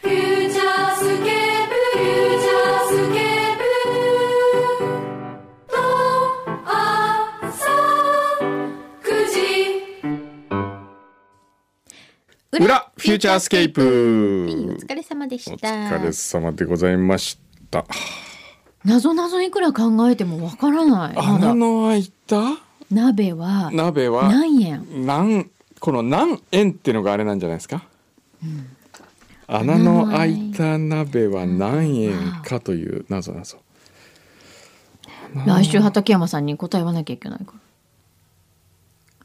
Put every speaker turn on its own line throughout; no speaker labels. フューチャースケープフューチャースケープと朝9時
裏フューチャースケー
お
プ
疲れ様で
お
した
疲れ様でございました
なぞなぞいくら考えてもわからないまだ
穴の開いた
鍋は
鍋は
何円
なんこの何円ってのがあれなんじゃないですか、穴の開いた鍋は何円かという謎謎
来週畠山さんに答え言わなきゃいけないから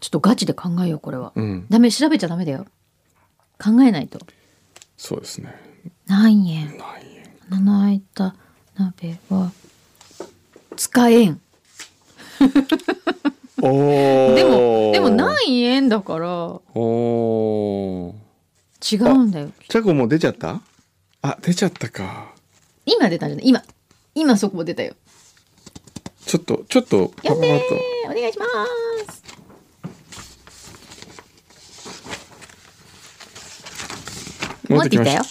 ちょっとガチで考えようこれは、
うん
ダメ調べちゃダメだよ考えないと
そうですね
何円
何円
穴の開いた鍋は使えん
おー
でもでも何円だから
おー
違うんだよ
チャコもう出ちゃったあ出ちゃったか
今出たんじゃない今今そこも出たよ
ちょっとちょっとパ
や
パ
っ
パ
てー
ッと
お願いします持ってきたよ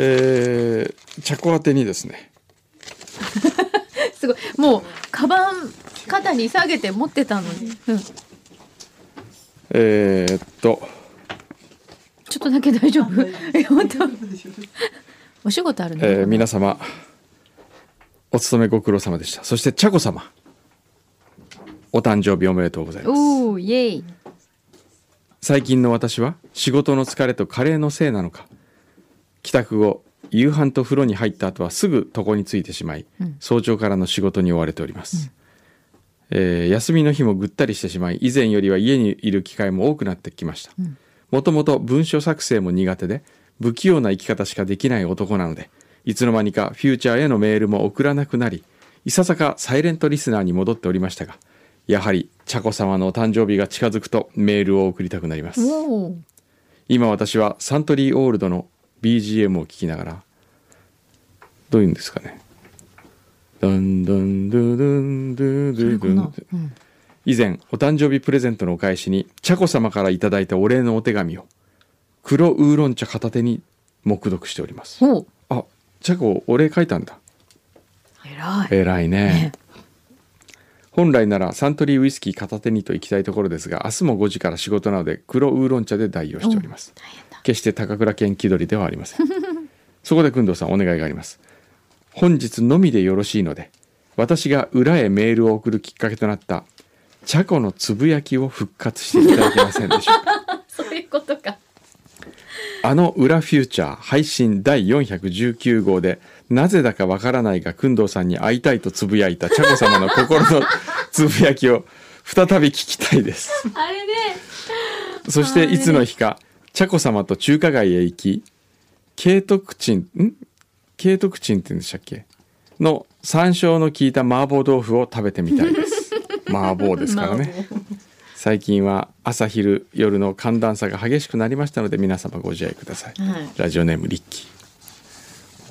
えー、チャコ宛てにですね
すごいもうカバン肩に下げて持ってたのに、うん、ちょ
えー、っと
っとだけ大丈夫 え本当お仕事あるね、
えー皆様お勤めご苦労様でしたそして茶子様お誕生日おめでとうございます
おーイエイ
最近の私は仕事の疲れとカレーのせいなのか帰宅後夕飯と風呂に入った後はすぐ床についてしまい、
うん
早朝からの仕事に追われております、えー休みの日もぐったりしてしまい以前よりは家にいる機会も多くなってきました
ん
もともと文書作成も苦手で不器用な生き方しかできない男なのでいつの間にかフューチャーへのメールも送らなくなりいささかサイレントリスナーに戻っておりましたがやはり茶子様のお誕生日が近づくとメールを送りたくなります
おー
今私はサントリーオールドの BGM を聴きながらどういうんですかねドンドンドゥドゥンドゥド
それ
ゥ
か
ドゥン
な
っ、て
うん、
以前お誕生日プレゼントのお返しに茶子様からいただいたお礼のお手紙を黒ウーロン茶片手に黙読しております
おー
あ茶子お礼書いたんだ
偉い
偉いね
ね
本来ならサントリーウイスキー片手にと行きたいところですが明日も5時から仕事なので黒ウーロン茶で代用しております
大変だ
決して高倉健気取りではありません そこで工藤さんお願いがあります本日のみでよろしいので私が裏へメールを送るきっかけとなった茶子のつぶやきを復活していただけませんでしょうか
そういうことか
あの裏フューチャー配信第419号でなぜだかわからないが工藤さんに会いたいとつぶやいた茶子様の心のつぶやきを再び聞きたいです
あれね
そしていつの日か茶子様と中華街へ行き慶徳鎮ん慶徳鎮って言うんでしたっけの山椒の効いた麻婆豆腐を食べてみたいです 麻婆ですからね最近は朝昼夜の寒暖差が激しくなりましたので皆様ご自愛ください、
はい
ラジオネームリッキ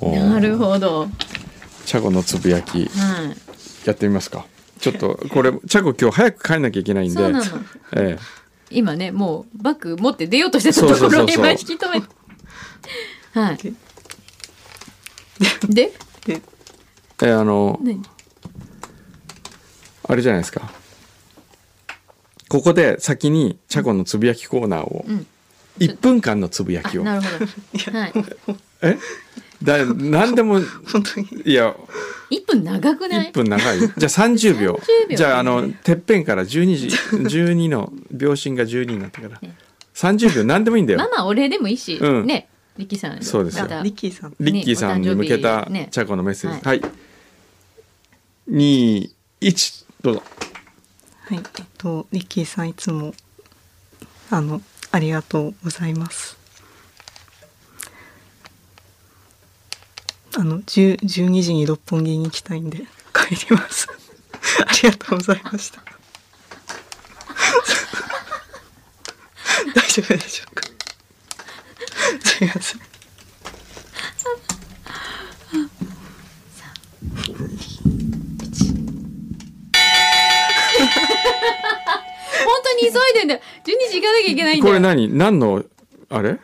ーおー
なるほどはい
茶子のつぶやきやってみますかちょっとこれ茶子今日早く帰んなきゃいけないんで
そうなの
ええ
今ねもうバッグ持って出ようとしてたと
そう
こ
そ
ろ
う
を
そうそう
今引き止めてはいで
ええあの
何
あれじゃないですかここで先にチャコのつぶやきコーナーを、
うん
一1分間のつぶや
あ
きを
なるほどはい
えだ何でも
本当に
いや
一分長くない
1分長いじゃあ30秒
30秒
じゃああのてっぺんから12時12の秒針が12になってから
ね
30秒何でもいいんだよ
ママお礼でもいいし、
うん
ねリキさんへの
そうですよ
また
リッキーさん
リッキーさんに向け
ねお誕生
た
日ね
チャコのメッセージはい、21どうぞ
はいえっとリッキーさんいつもあのありがとうございますあの10 12時に六本木に行きたいんで帰ります ありがとうございました大丈夫でしょうかすいません
本当に急いでんだよ12時行かなきゃいけないんだ
こ
よ
れ何何のあれ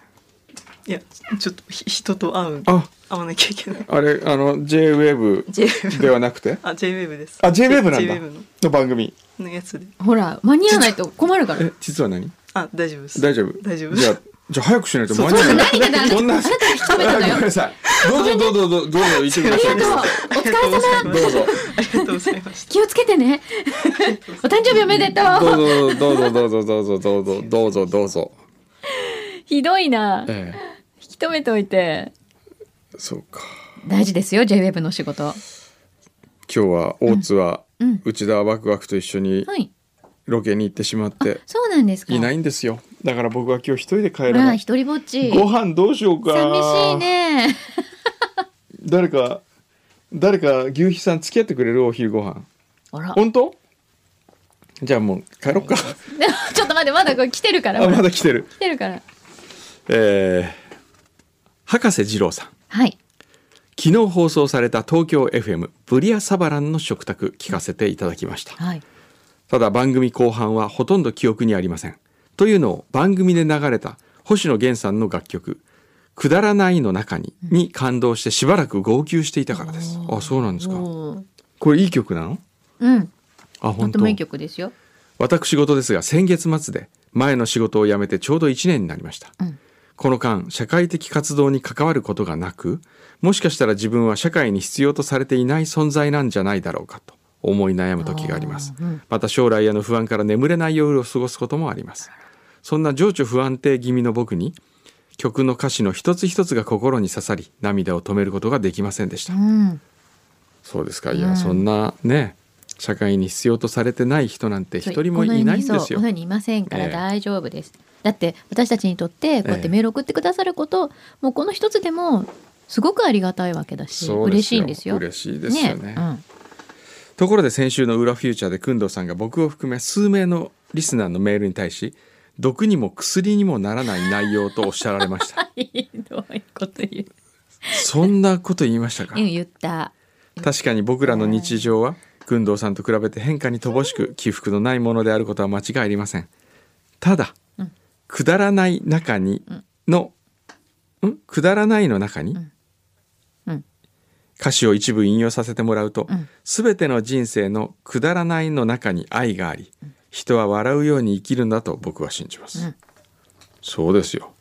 いやちょっとひ人と会うんで
あ
会わなきゃいけない
あれあの JWAVE
JWAVE
ではなくて
あ JWAVE です
あ JWAVE なんだ
JWAVE の
の番組
のやつで
ほら間に合わないと困るから
え実は何
あ大丈夫です
大丈夫
大丈夫
じゃ あじゃあ早くしないと間に
そう
合わ
何がだあな
ない
た
こんなあなた
止めたの
ご
よ
めんなさいどうぞどうぞどうぞどうぞ行ってくださ
あ
い
りがとうお疲れ様
どうぞ
ありがとうございました
気をつけて ねお誕生日おめでとう
どうぞどうぞどうぞどうぞどうぞどうぞどうぞ
ひどいな
ええ
引き止めておいて
そうか
大事ですよ JWEB の仕事
今日は大津は
うん
内田ワクワクと一緒に
はい
ロケに行ってしまっ
あ
て
そうなんですか
いないんですよだから僕は今日一人で帰ら
あ
な
ら
い
一人ぼっち
ご飯どうしようか
寂しいね
誰か誰か牛皮さん付き合ってくれるお昼ご飯
あら
本当じゃあもう帰ろっ か
ちょっと待ってまだこれ来てるから
あまだ来てる
来てるから
えー博士二郎さん
はい
昨日放送された東京 FM ブリアサバランの食卓聞かせていただきました
はい
ただ番組後半はほとんど記憶にありませんというのを番組で流れた星野源さんの楽曲「くだらないの中に」に感動してしばらく号泣していたからですあそうなんですか
お
これいい曲なの
うん
あ
とっ
本
て
当
もいい曲ですよ
私事ですが先月末で前の仕事を辞めてちょうど1年になりました、
うん
この間社会的活動に関わることがなくもしかしたら自分は社会に必要とされていない存在なんじゃないだろうかと思い悩む時があります、
あーうん
また将来への不安から眠れない夜を過ごすこともありますそんな情緒不安定気味の僕に曲の歌詞の一つ一つが心に刺さり涙を止めることができませんでした、
うん
そうですかいや、
うん
そんなね社会に必要とされてない人なんて一人もいないんです
この世にそうこ
よ
の世にいませんから
ええ
大丈夫です、だって私たちにとってこうやってメール送ってくださること、もうこの一つでもすごくありがたいわけだし
そう
嬉しいんですよ
嬉しいですよ
ね
ね
うん
ところで先週の「裏フューチャー」で工藤さんが僕を含め数名のリスナーのメールに対し毒にも薬にもならない内容とおっしゃられました
ひどいこと言う
そんなこと言いましたか
うん言った
確かに僕らの日常は工藤さんと比べて変化に乏しく起伏のないものであることは間違いありませんただ、
うん
くだらない中に
うん
の、んくだらないの中に、
うんうん
歌詞を一部引用させてもらうと、
うん
すべての人生のくだらないの中に愛があり、人は笑うように生きるんだと僕は信じます、
うん
そうですよ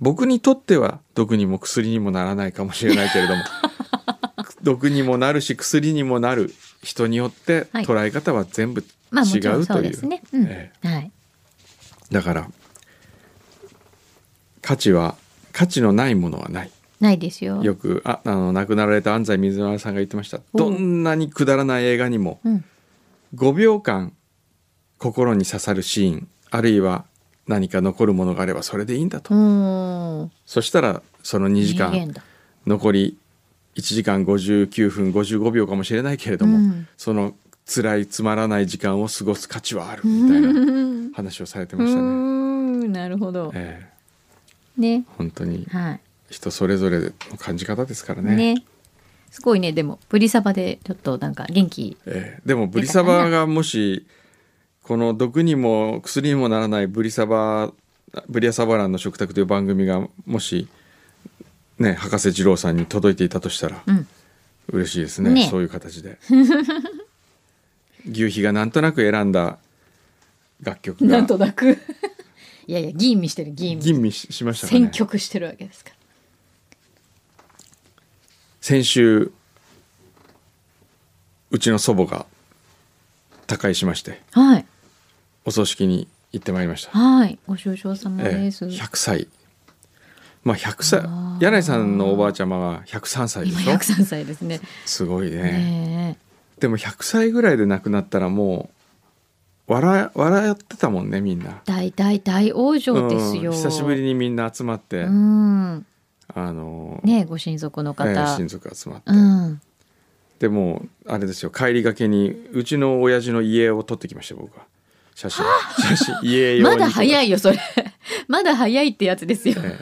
僕にとっては毒にも薬にもならないかもしれないけ れども毒にもなるし薬にもなる人によって
はい
捉え方は全部違
まあも
う
ちろんそ
と
う
い
で
う,、
すね、うん
え
はい
だから価値は価値のないものはない
ないですよ
よくああの亡くなられた安西水丸さんが言ってました
お
どんなにくだらない映画にも
うん
5秒間心に刺さるシーンあるいは何か残るものがあればそれでいいんだと、
おー
そしたらその2時間
名言だ
残り1時間59分55秒かもしれないけれども、
うん
その辛いつまらない時間を過ごす価値はあるみたいな話をされて
う
ましたね。
ーんなるほど
え
ね
え本当に
はい
人それぞれの感じ方ですからね。
ねすごいねでもブリサバでちょっとなんか元気
ええでもブリサバがもしこの毒にも薬にもならないブリサバブリアサバランの食卓という番組がもしね博士二郎さんに届いていたとしたら、
うん
嬉しいですね
ね
そういう形で牛皮がなんとなく選んだ楽曲
な
が
んとなくいやいや吟味してる吟味
吟味ししましたか
選
ね
曲してるわけですから
先週うちの祖母が他界しまして
はい
お葬式に行ってまいりました
はいご愁傷様
ええ
です、
100歳まあ100歳
あー
柳井さんのおばあちゃまは103歳で
今
しょ
103歳ですね
すごいね
ね
でも100歳ぐらいで亡くなったらもう笑笑ってたもんねみんな
え大大大往生ですよ、
うん久しぶりにみんな集まって、
うん
あの、
ねご親族の
えー
方、
親族集まって、
うん
でもうあれですよ帰りがけにうちの親父の家を撮ってきました僕は写真写真家用
まだ早
い、
いよそれ まだ早いってやつですよ、
え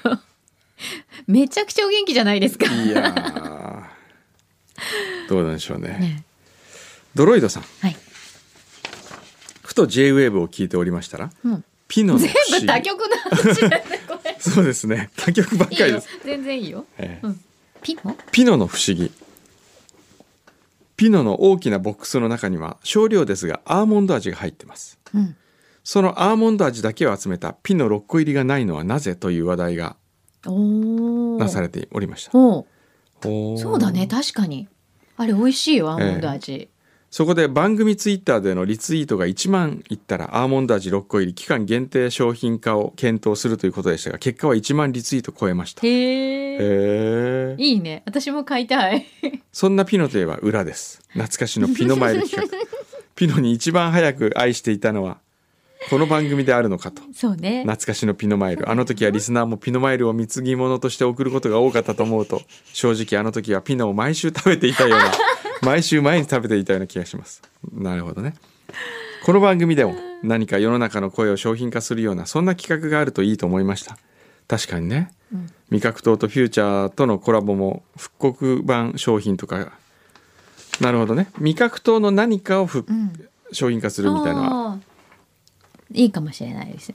めちゃくちゃお元気じゃないですか
えいやーどうなんでしょうね
ね
ドロイドさん
はい、
ふと J-WAVE を聞いておりましたら
うん、
ピノの
全
不
部
思議
他局の話だねこ れ
そうですね他局ばっか
いい
り
よ
です
全然いいよ
ええ
うんピノ
ピノの不思議ピノの大きなボックスの中には少量ですがアーモンド味が入ってます
うん
そのアーモンド味だけを集めたピノ6個入りがないのはなぜという話題が
おー
なされておりました
おう
おー
そうだね確かにあれ美味しいわアーモンド味、
そこで番組ツイッターでのリツイートが1万いったらアーモンド味6個入り期間限定商品化を検討するということでしたが結果は1万リツイート超えましたへ
へえ
え
いいね私も買い たい
そんなピノといえば裏です懐かしのピノマイル企画ピノに一番早く愛していたのはこの番組であるのかと
そうね
懐かしのピノマイルあの時はリスナーもピノマイルを貢ぎ物として送ることが多かったと思うと正直あの時はピノを毎週食べていたよう な毎週毎日食べていたような気がしますなるほどねこの番組でも何か世の中の声を商品化するようなそんな企画があるといいと思いました確かにね、味覚糖とフューチャーとのコラボも復刻版商品とかなるほどね味覚糖の何かを復
うん
商品化するみたいなのは
あーいいかもしれないですね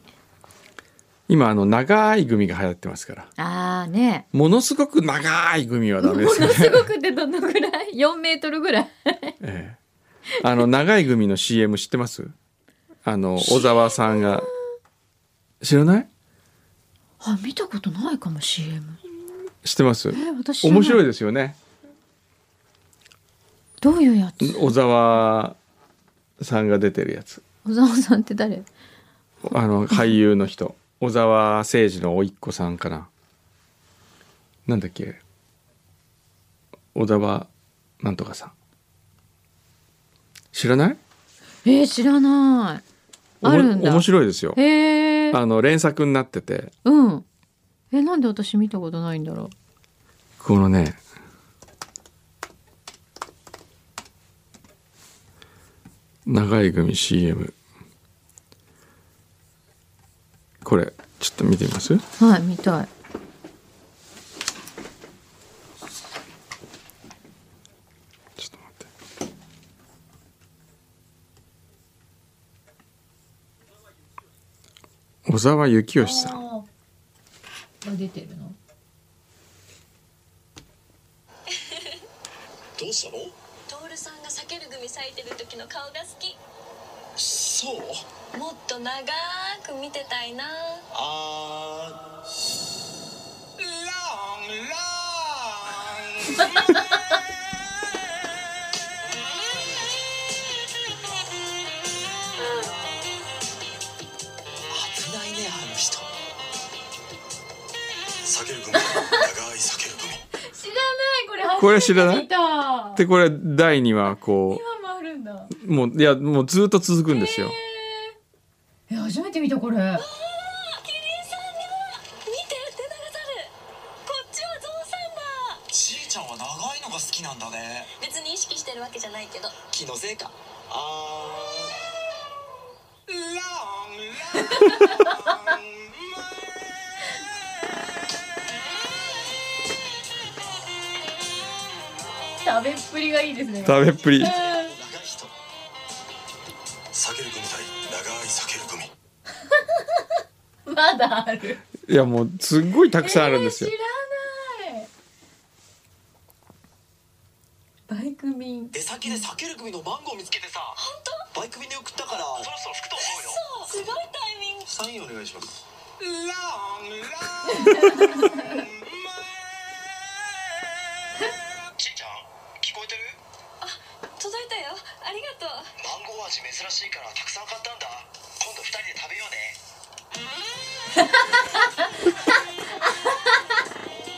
今あの長いグミが流行ってますから
ああね
ものすごく長いグミはダ
も
メ
の
ですね。
すごくってどのぐらい 4メートルぐらい
ええあの長いグミの CM 知ってます？あの小沢さんが知らない？
あ見たことないかも CM
知ってます
え？ー私
面白い
い
ですよね。
どういうやつ
小沢さんが出てるやつ。
小沢さんって誰
あの俳優の人、小沢誠二の甥っ子さんかな。なんだっけ？小沢なんとかさん。知らない？
えー、知らない
おも
あるんだ
面白いですよ。
へえ
あの連作になってて。
うんえなんで私見たことないんだろう
このね長い組 CM これちょっと見てみます
はい、見たい。
ちょっと待って。小沢幸義さん。
出てるの。
どうしたの
トールさんが叫ぶ組咲いてる時の顔が好き
そう
もっと長く見てたいな
あーランラン危ないねあの人避ける組長い避ける組
知らない、これ初めて。
これ知らない
見た。
でこれ第2話こ
今もあるんだ。
うもういやもうずっと続くんですよ。
え、初めて見た、これ。
キリンさんには見てってならざるこっちはゾウさんだ
ちーちゃんは長いのが好きなんだね
別に意識してるわけじゃないけど
気のせいかあーランラン
食べっぷりがいいですね。
食べっぷり。
長い人避ける組対長い避ける組
まだある。
いやもうすっごいたくさんあるんですよ
えー。知らない。バイク便。
出先で避ける組のマンゴー見つけてさ本当バイク便で送ったからそろそろ服と思
すご
うよ
いタイミング
サインお願いし ますランランちーちゃん聞こえてる
届いたよありがとう
マンゴー味珍しいからたくさん買ったんだ今度二人で食べようね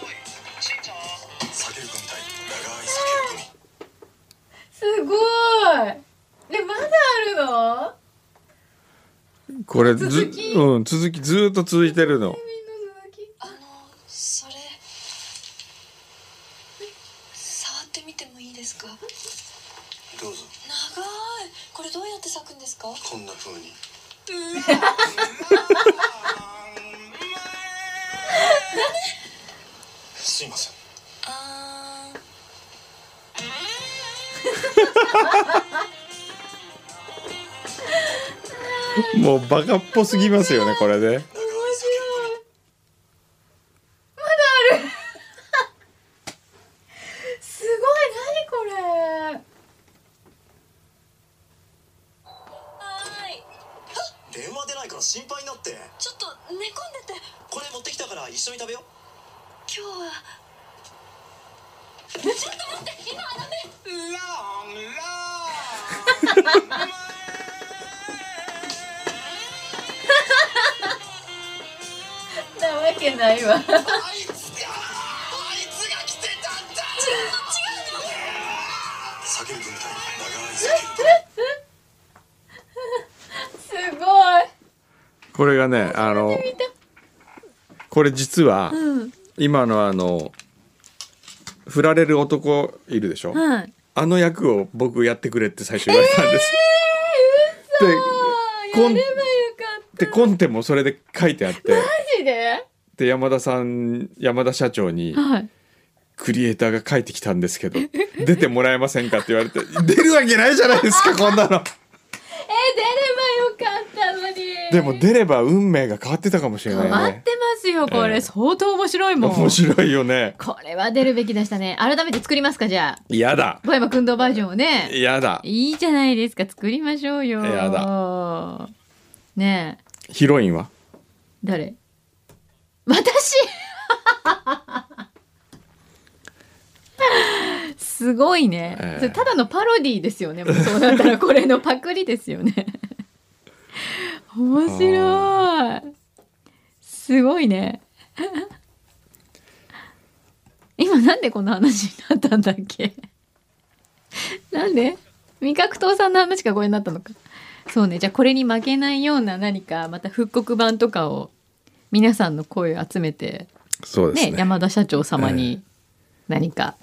おいちーちゃん避ける組対長い避ける組
すごい。え、まだあるの。
これず
続き
うん続きずっと続いてるの。
あのそれってみてもいいですか
どうぞ
長いこれどうやって咲くんですか
こんな風にすいません
あー
もうバカっぽすぎますよねこれで
長い先っ
すごい何これ
はい
ぽに電話出ないから心配になって
ちょっと寝込んでて
これ持ってきたから一緒に食べよう
今日は
なわけないわ
あいつがあいつが来てたんだ違う違う叫ぶみたい長い 先っぽ
すごい
これがねあのこれ実は、今のあの振られる男いるでしょ、
はい
あの役を僕やってくれって最初言われたんです、でこん
やればよかった
でコンテもそれで書いてあって
マジで
で山田さん山田社長に
はい
クリエイターが書いてきたんですけど出てもらえませんかって言われて出るわけないじゃないですかこんな
え
の
出ればよかったのに
でも出れば運命が変わってたかもしれ
変
な
わ
い
っ
ね
てますよこれ、
ええ
相当面白いもん
面白いよね
これは出るべきでしたね改めて作りますかじゃあ
やだ
小山君堂バージョンをね
やだ
いいじゃないですか作りましょうよ
や
ねえ
ヒロインは
誰私 すごいね、
ええ
それただのパロディーですよねもうそうなったらこれのパクリですよね面白いすごいね今なんでこの話になったんだっけなんで味覚糖さんの話がこれになったのかそうねじゃあこれに負けないような何かまた復刻版とかを皆さんの声を集めて、
そうです
ね
ね
山田社長様に何か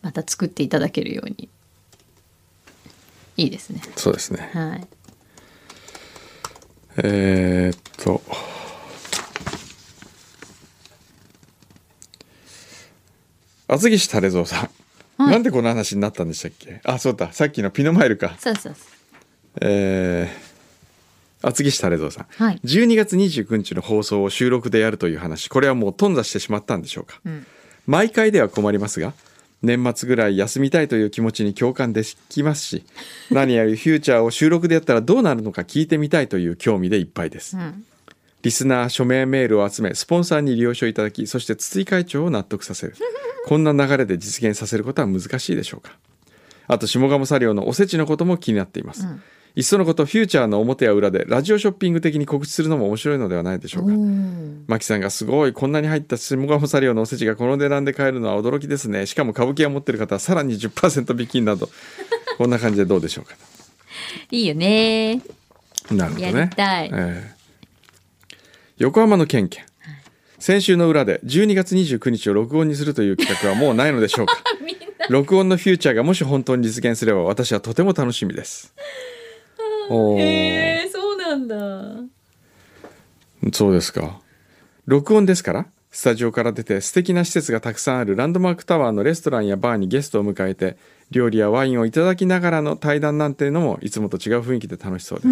また作っていただけるようにいいですね
そうですね
はい
えー、っと厚岸垂蔵さん、
はい
なんでこの話になったんでしたっけあそうださっきのピノマイルか
そうそうそ
えー厚木市垂蔵さん、
はい
12月29日の放送を収録でやるという話これはもう頓挫してしまったんでしょうか、
う、うん、
毎回では困りますが年末ぐらい休みたいという気持ちに共感できま すし何やりフューチャーを収録でやったらどうなるのか聞いてみたいという興味でいっぱいです、
ん
リスナー署名メールを集めスポンサーに了承いただきそして筒井会長を納得さ せるこんな流れで実現させることは難しいでしょうかあと下鴨サリオのおせちのことも気になっています、いっそのことフューチャーの表や裏でラジオショッピング的に告知するのも面白いのではないでしょうかマキさんがすごいこんなに入った下鴨サリオのおせちがこの値段で買えるのは驚きですねしかも歌舞伎を持ってる方はさらに10%引きなどこんな感じでどうでしょうか
いいよね
なるほどね
やりたい
ええ横浜のケンケン先週の裏で12月29日を録音にするという企画はもうないのでしょ うか録音のフューチャーがもし本当に実現すれば私はとても楽しみですおー
へえそうなんだ
そうですか。録音ですから、スタジオから出て素敵な施設がたくさんあるランドマークタワーのレストランやバーにゲストを迎えて、料理やワインをいただきながらの対談なんていうのもいつもと違う雰囲気で楽しそうです。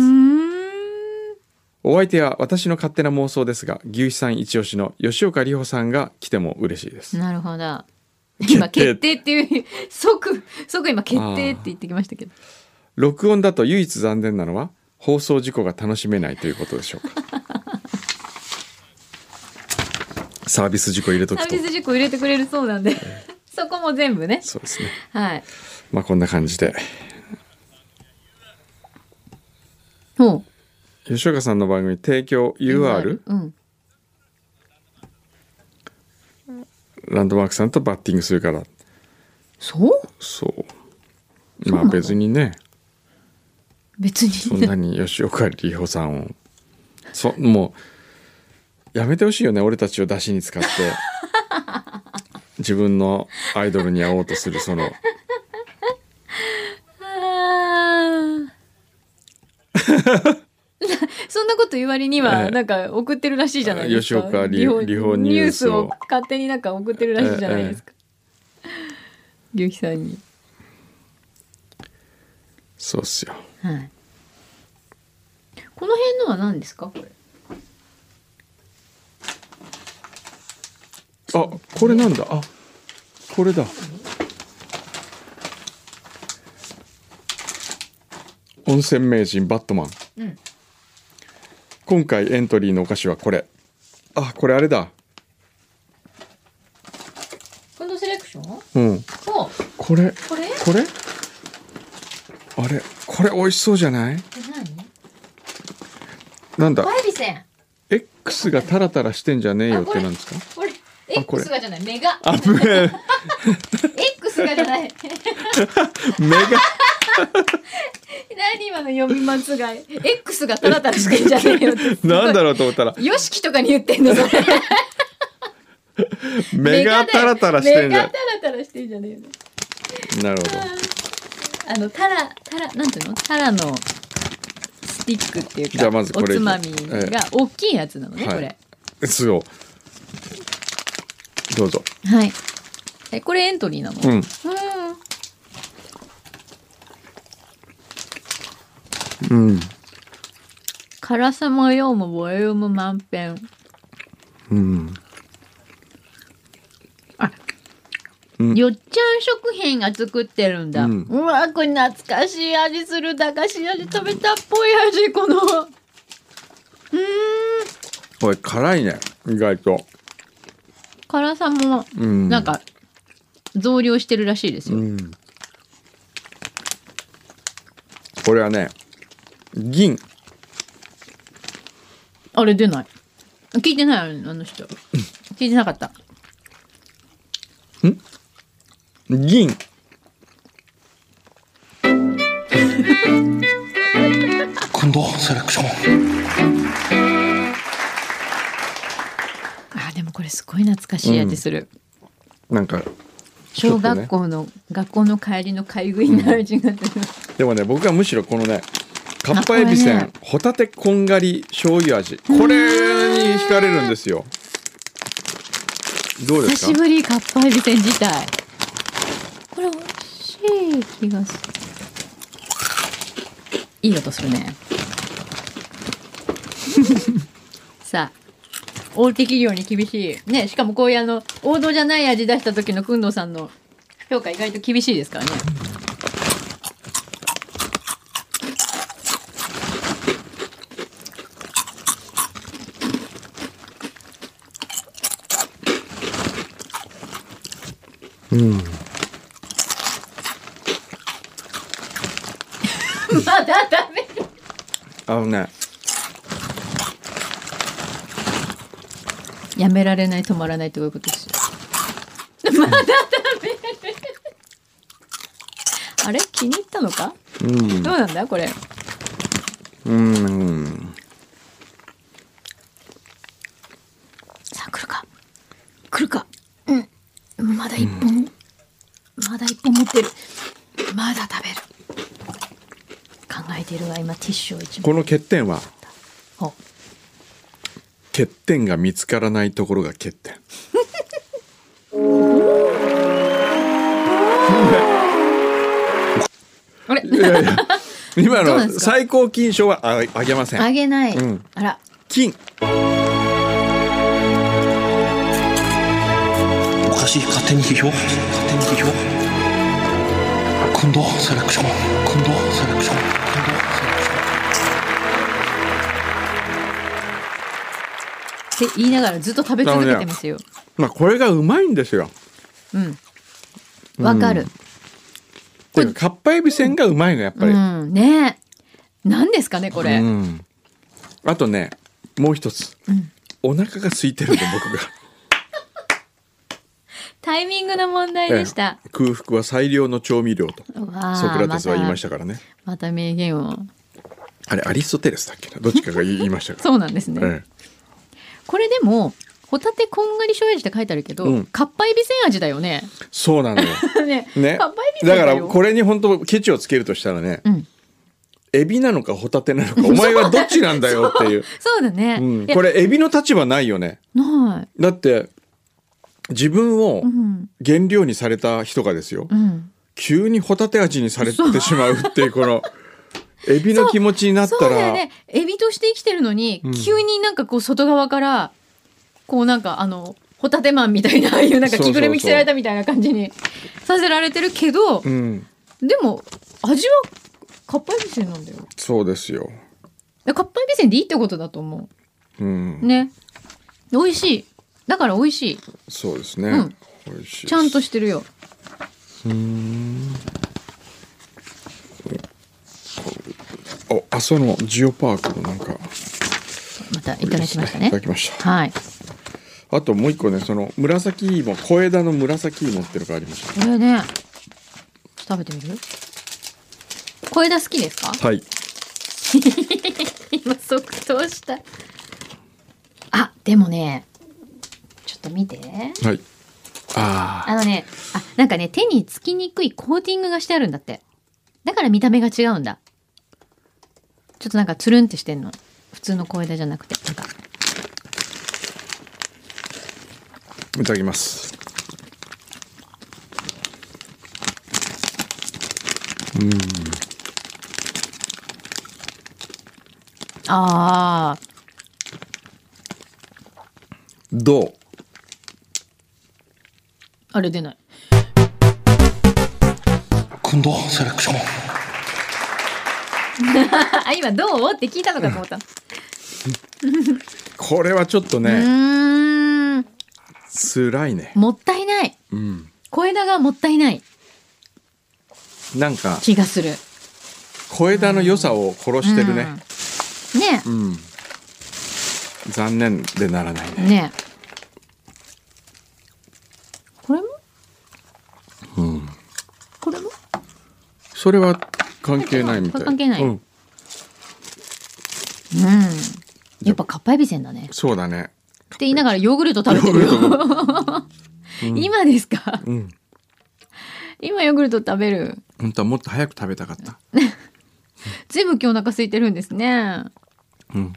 お相手は私の勝手な妄想ですが、牛肥さん一押しの吉岡里帆さんが来ても嬉しいです。
なるほど今決
決
定っていう即即今決定って言ってきましたけど
録音だと唯一残念なのは、放送事故が楽しめないということでしょ うか。サービス事故入れと
サ
く
ー
と
ビ。ス事項入れてくれるそうなん でそこも全部ね
そうですね。
はい
まあこんな感じで。
ほ
吉岡さんの番組提供 UR
うん
ランドマークさんとバッティングするから
そう
そうまあ別にね
別に
そんなに吉岡里帆さんをそもうやめてほしいよね俺たちを出しに使って自分のアイドルに会おうとするその
あー そんなこと言われに
ええ
はなんか送ってるらしいじゃないですか。
吉岡里
本
里帆ニュースを
ニ勝手になんか送ってるらしいじゃないですか。りょうきさんに。
そうっすよ
はい。この辺のは何ですかこれ。
あこれなんだあこれだ温泉名人バットマン、
うん
今回エントリーのお菓子はこれあこれあれだ
フンドセレクション？
うん
そう。
これ
これ？
これあれこれ美味しそうじゃないなんだ
バイビセン。
X がタラタラしてんじゃねえよってなんですか
これ。
あこれ
X がじゃないメガ
あぶね
X がじゃない
え目が
何今の読み間違い X がたらたらしてんじゃねえよって
なんだろうと思ったら
よしきとかに言ってんのそれ
目がタラタラしてんじゃ
メガタラタラしてんじゃねえよ
なるほど
あのタラタラなんていうのタラのスティックっていうか
じゃあまずこれ
おつまみ
ええ
が大きいやつなのね、
はい
これ
そうどうぞ
はいえこれエントリーなの
うんうん
辛さも量もボリューム満点
うん
よっちゃん食品が作ってるんだ、
う
うんわこれ懐かしい味する駄菓子味食べたっぽい味このうーん
これ辛いね意外と
辛さも
うん
なんか増量してるらしいです
う
よ、
んこれはね銀
あれ出ない聞いてないあの人聞いてなかった
銀
近藤セレクション
あでもこれすごい懐かしい味する、
なんかちょ
小
っとね
学校の、学校の帰りの買い食いの味がする、
でもね僕はむしろこのねかっぱえびせん、
あこれね
ホタテこんがり醤油味これに惹かれるんですよどうで
久
す
し
か
ぶりかっぱえびせん自体これ美味しい気がするいい音するね さあ大手企業に厳しいねしかもこういうあの王道じゃない味出した時の工藤さんの評価意外と厳しいですから ねまだダメ
あのね
やめられない止まらないってこういうことですよ まだ ダメあれ気に入ったのか
うん
どうなんだこれ
うん
さあ来るか来るかうんまだ一本、まだ一本持ってるまだ食べる考えているが今ティッシュを一枚
この欠点は
ほ
欠点が見つからないところが 欠点ね
あれ
いやいや今
どうなん
の
ですか
最高金賞はああげませ
あ
ん
げない、
うん
あら
金
おかしい勝手に批評勝手に批評近藤セレクション近藤セレクション近藤セレクション
って言いながらずっと食べ続けてますよ、
まあこれがうまいんですよ
うんわかる、
てかかっぱえびせんがうまいのやっぱり、
うん、ねえ何ですかねこれ、
うんあとねもう一つ、お腹が空いてるんで僕が
タイミングの問題でした、
ええ空腹は最良の調味料と
うわあ
ソクラテスは言いましたたからね
また名言を
あれアリストテレスだっけなどっちかが言い言いましたから
そうなんですね、
え
これでもホタテこんがり醤油味って書いてあるけど、
うん
かっぱえびせん味だよね
そうなのよ
ね
ね
かっぱえびせん
だ
だ
か
よ
らこれに本当ケチをつけるとしたらね、
うん
エビなのかホタテ なのかお前はどっちなんだよっていう
そうだね、
うん、
いや
これエビの立場ないよね
ない
だって自分を
うん
原料にされた人がですよ、
うん
急にホタテ味にされてしまうっていう このエビの気持ちになっ
そ
た
うだよ
ら、
ねエビとして生きてるのに、
うん
急になんかこう外側からこうなんかあのホタテマンみたいな ああいうなんか
そうそうそう
着ぐるみ着せられたみたいな感じにさせられてるけど、
うん
でも味はかっぱえびせんなんだよ
そうですよ、
でかっぱえびせんでいいってことだと思
うん
うね美味しいだから美味しい
そうですね、
うん
美味しいです
ちゃんとしてるよ
お阿蘇のジオパークのなんか
またいただきましたね
いただきました
はい
あともう一個ねその紫芋小枝の紫芋っていうのがありまし
これね食べてみる小枝好きですか
たはい
今即答したあでもねちょっと見て
はいああ
あのねあなんかね手につきにくいコーティングがしてあるんだってだから見た目が違うんだちょっとなんかつるんってしてんの普通の小枝じゃなくてなんか
いただきます
あー
どう
あれ出ない
kunde selektion.
あ今どうって聞いたのかと思った
これはちょっと
う
ね
ーん
辛いね
もったいない
うん
小枝がもったいない
なんか
気がする
小枝の良さを殺してるね
うんね
うん、残念でならないね
ねこれも
うん
これも
それは関係ないみたい
関係ない
う
う
ん、
んやっぱかっぱえびせんだねっ
そうだね
て言いながらヨーグルト食べてるよ
ヨーグ
今ですか
うん
今ヨーグルト食べる
本当はもっと早く食べたかった
ずいぶん今日お腹空いてるんですね
うん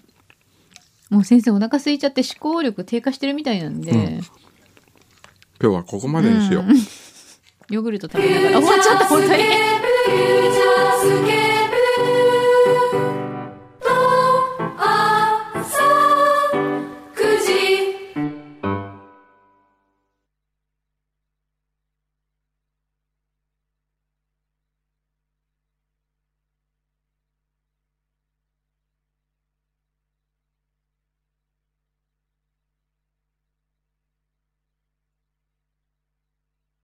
もう先生お腹空いちゃって思考力低下してるみたいなんで、
ん今日はここまでにしよう、
ヨーグルト 食べながらあ終わっちゃった本当に
フューチャースケープ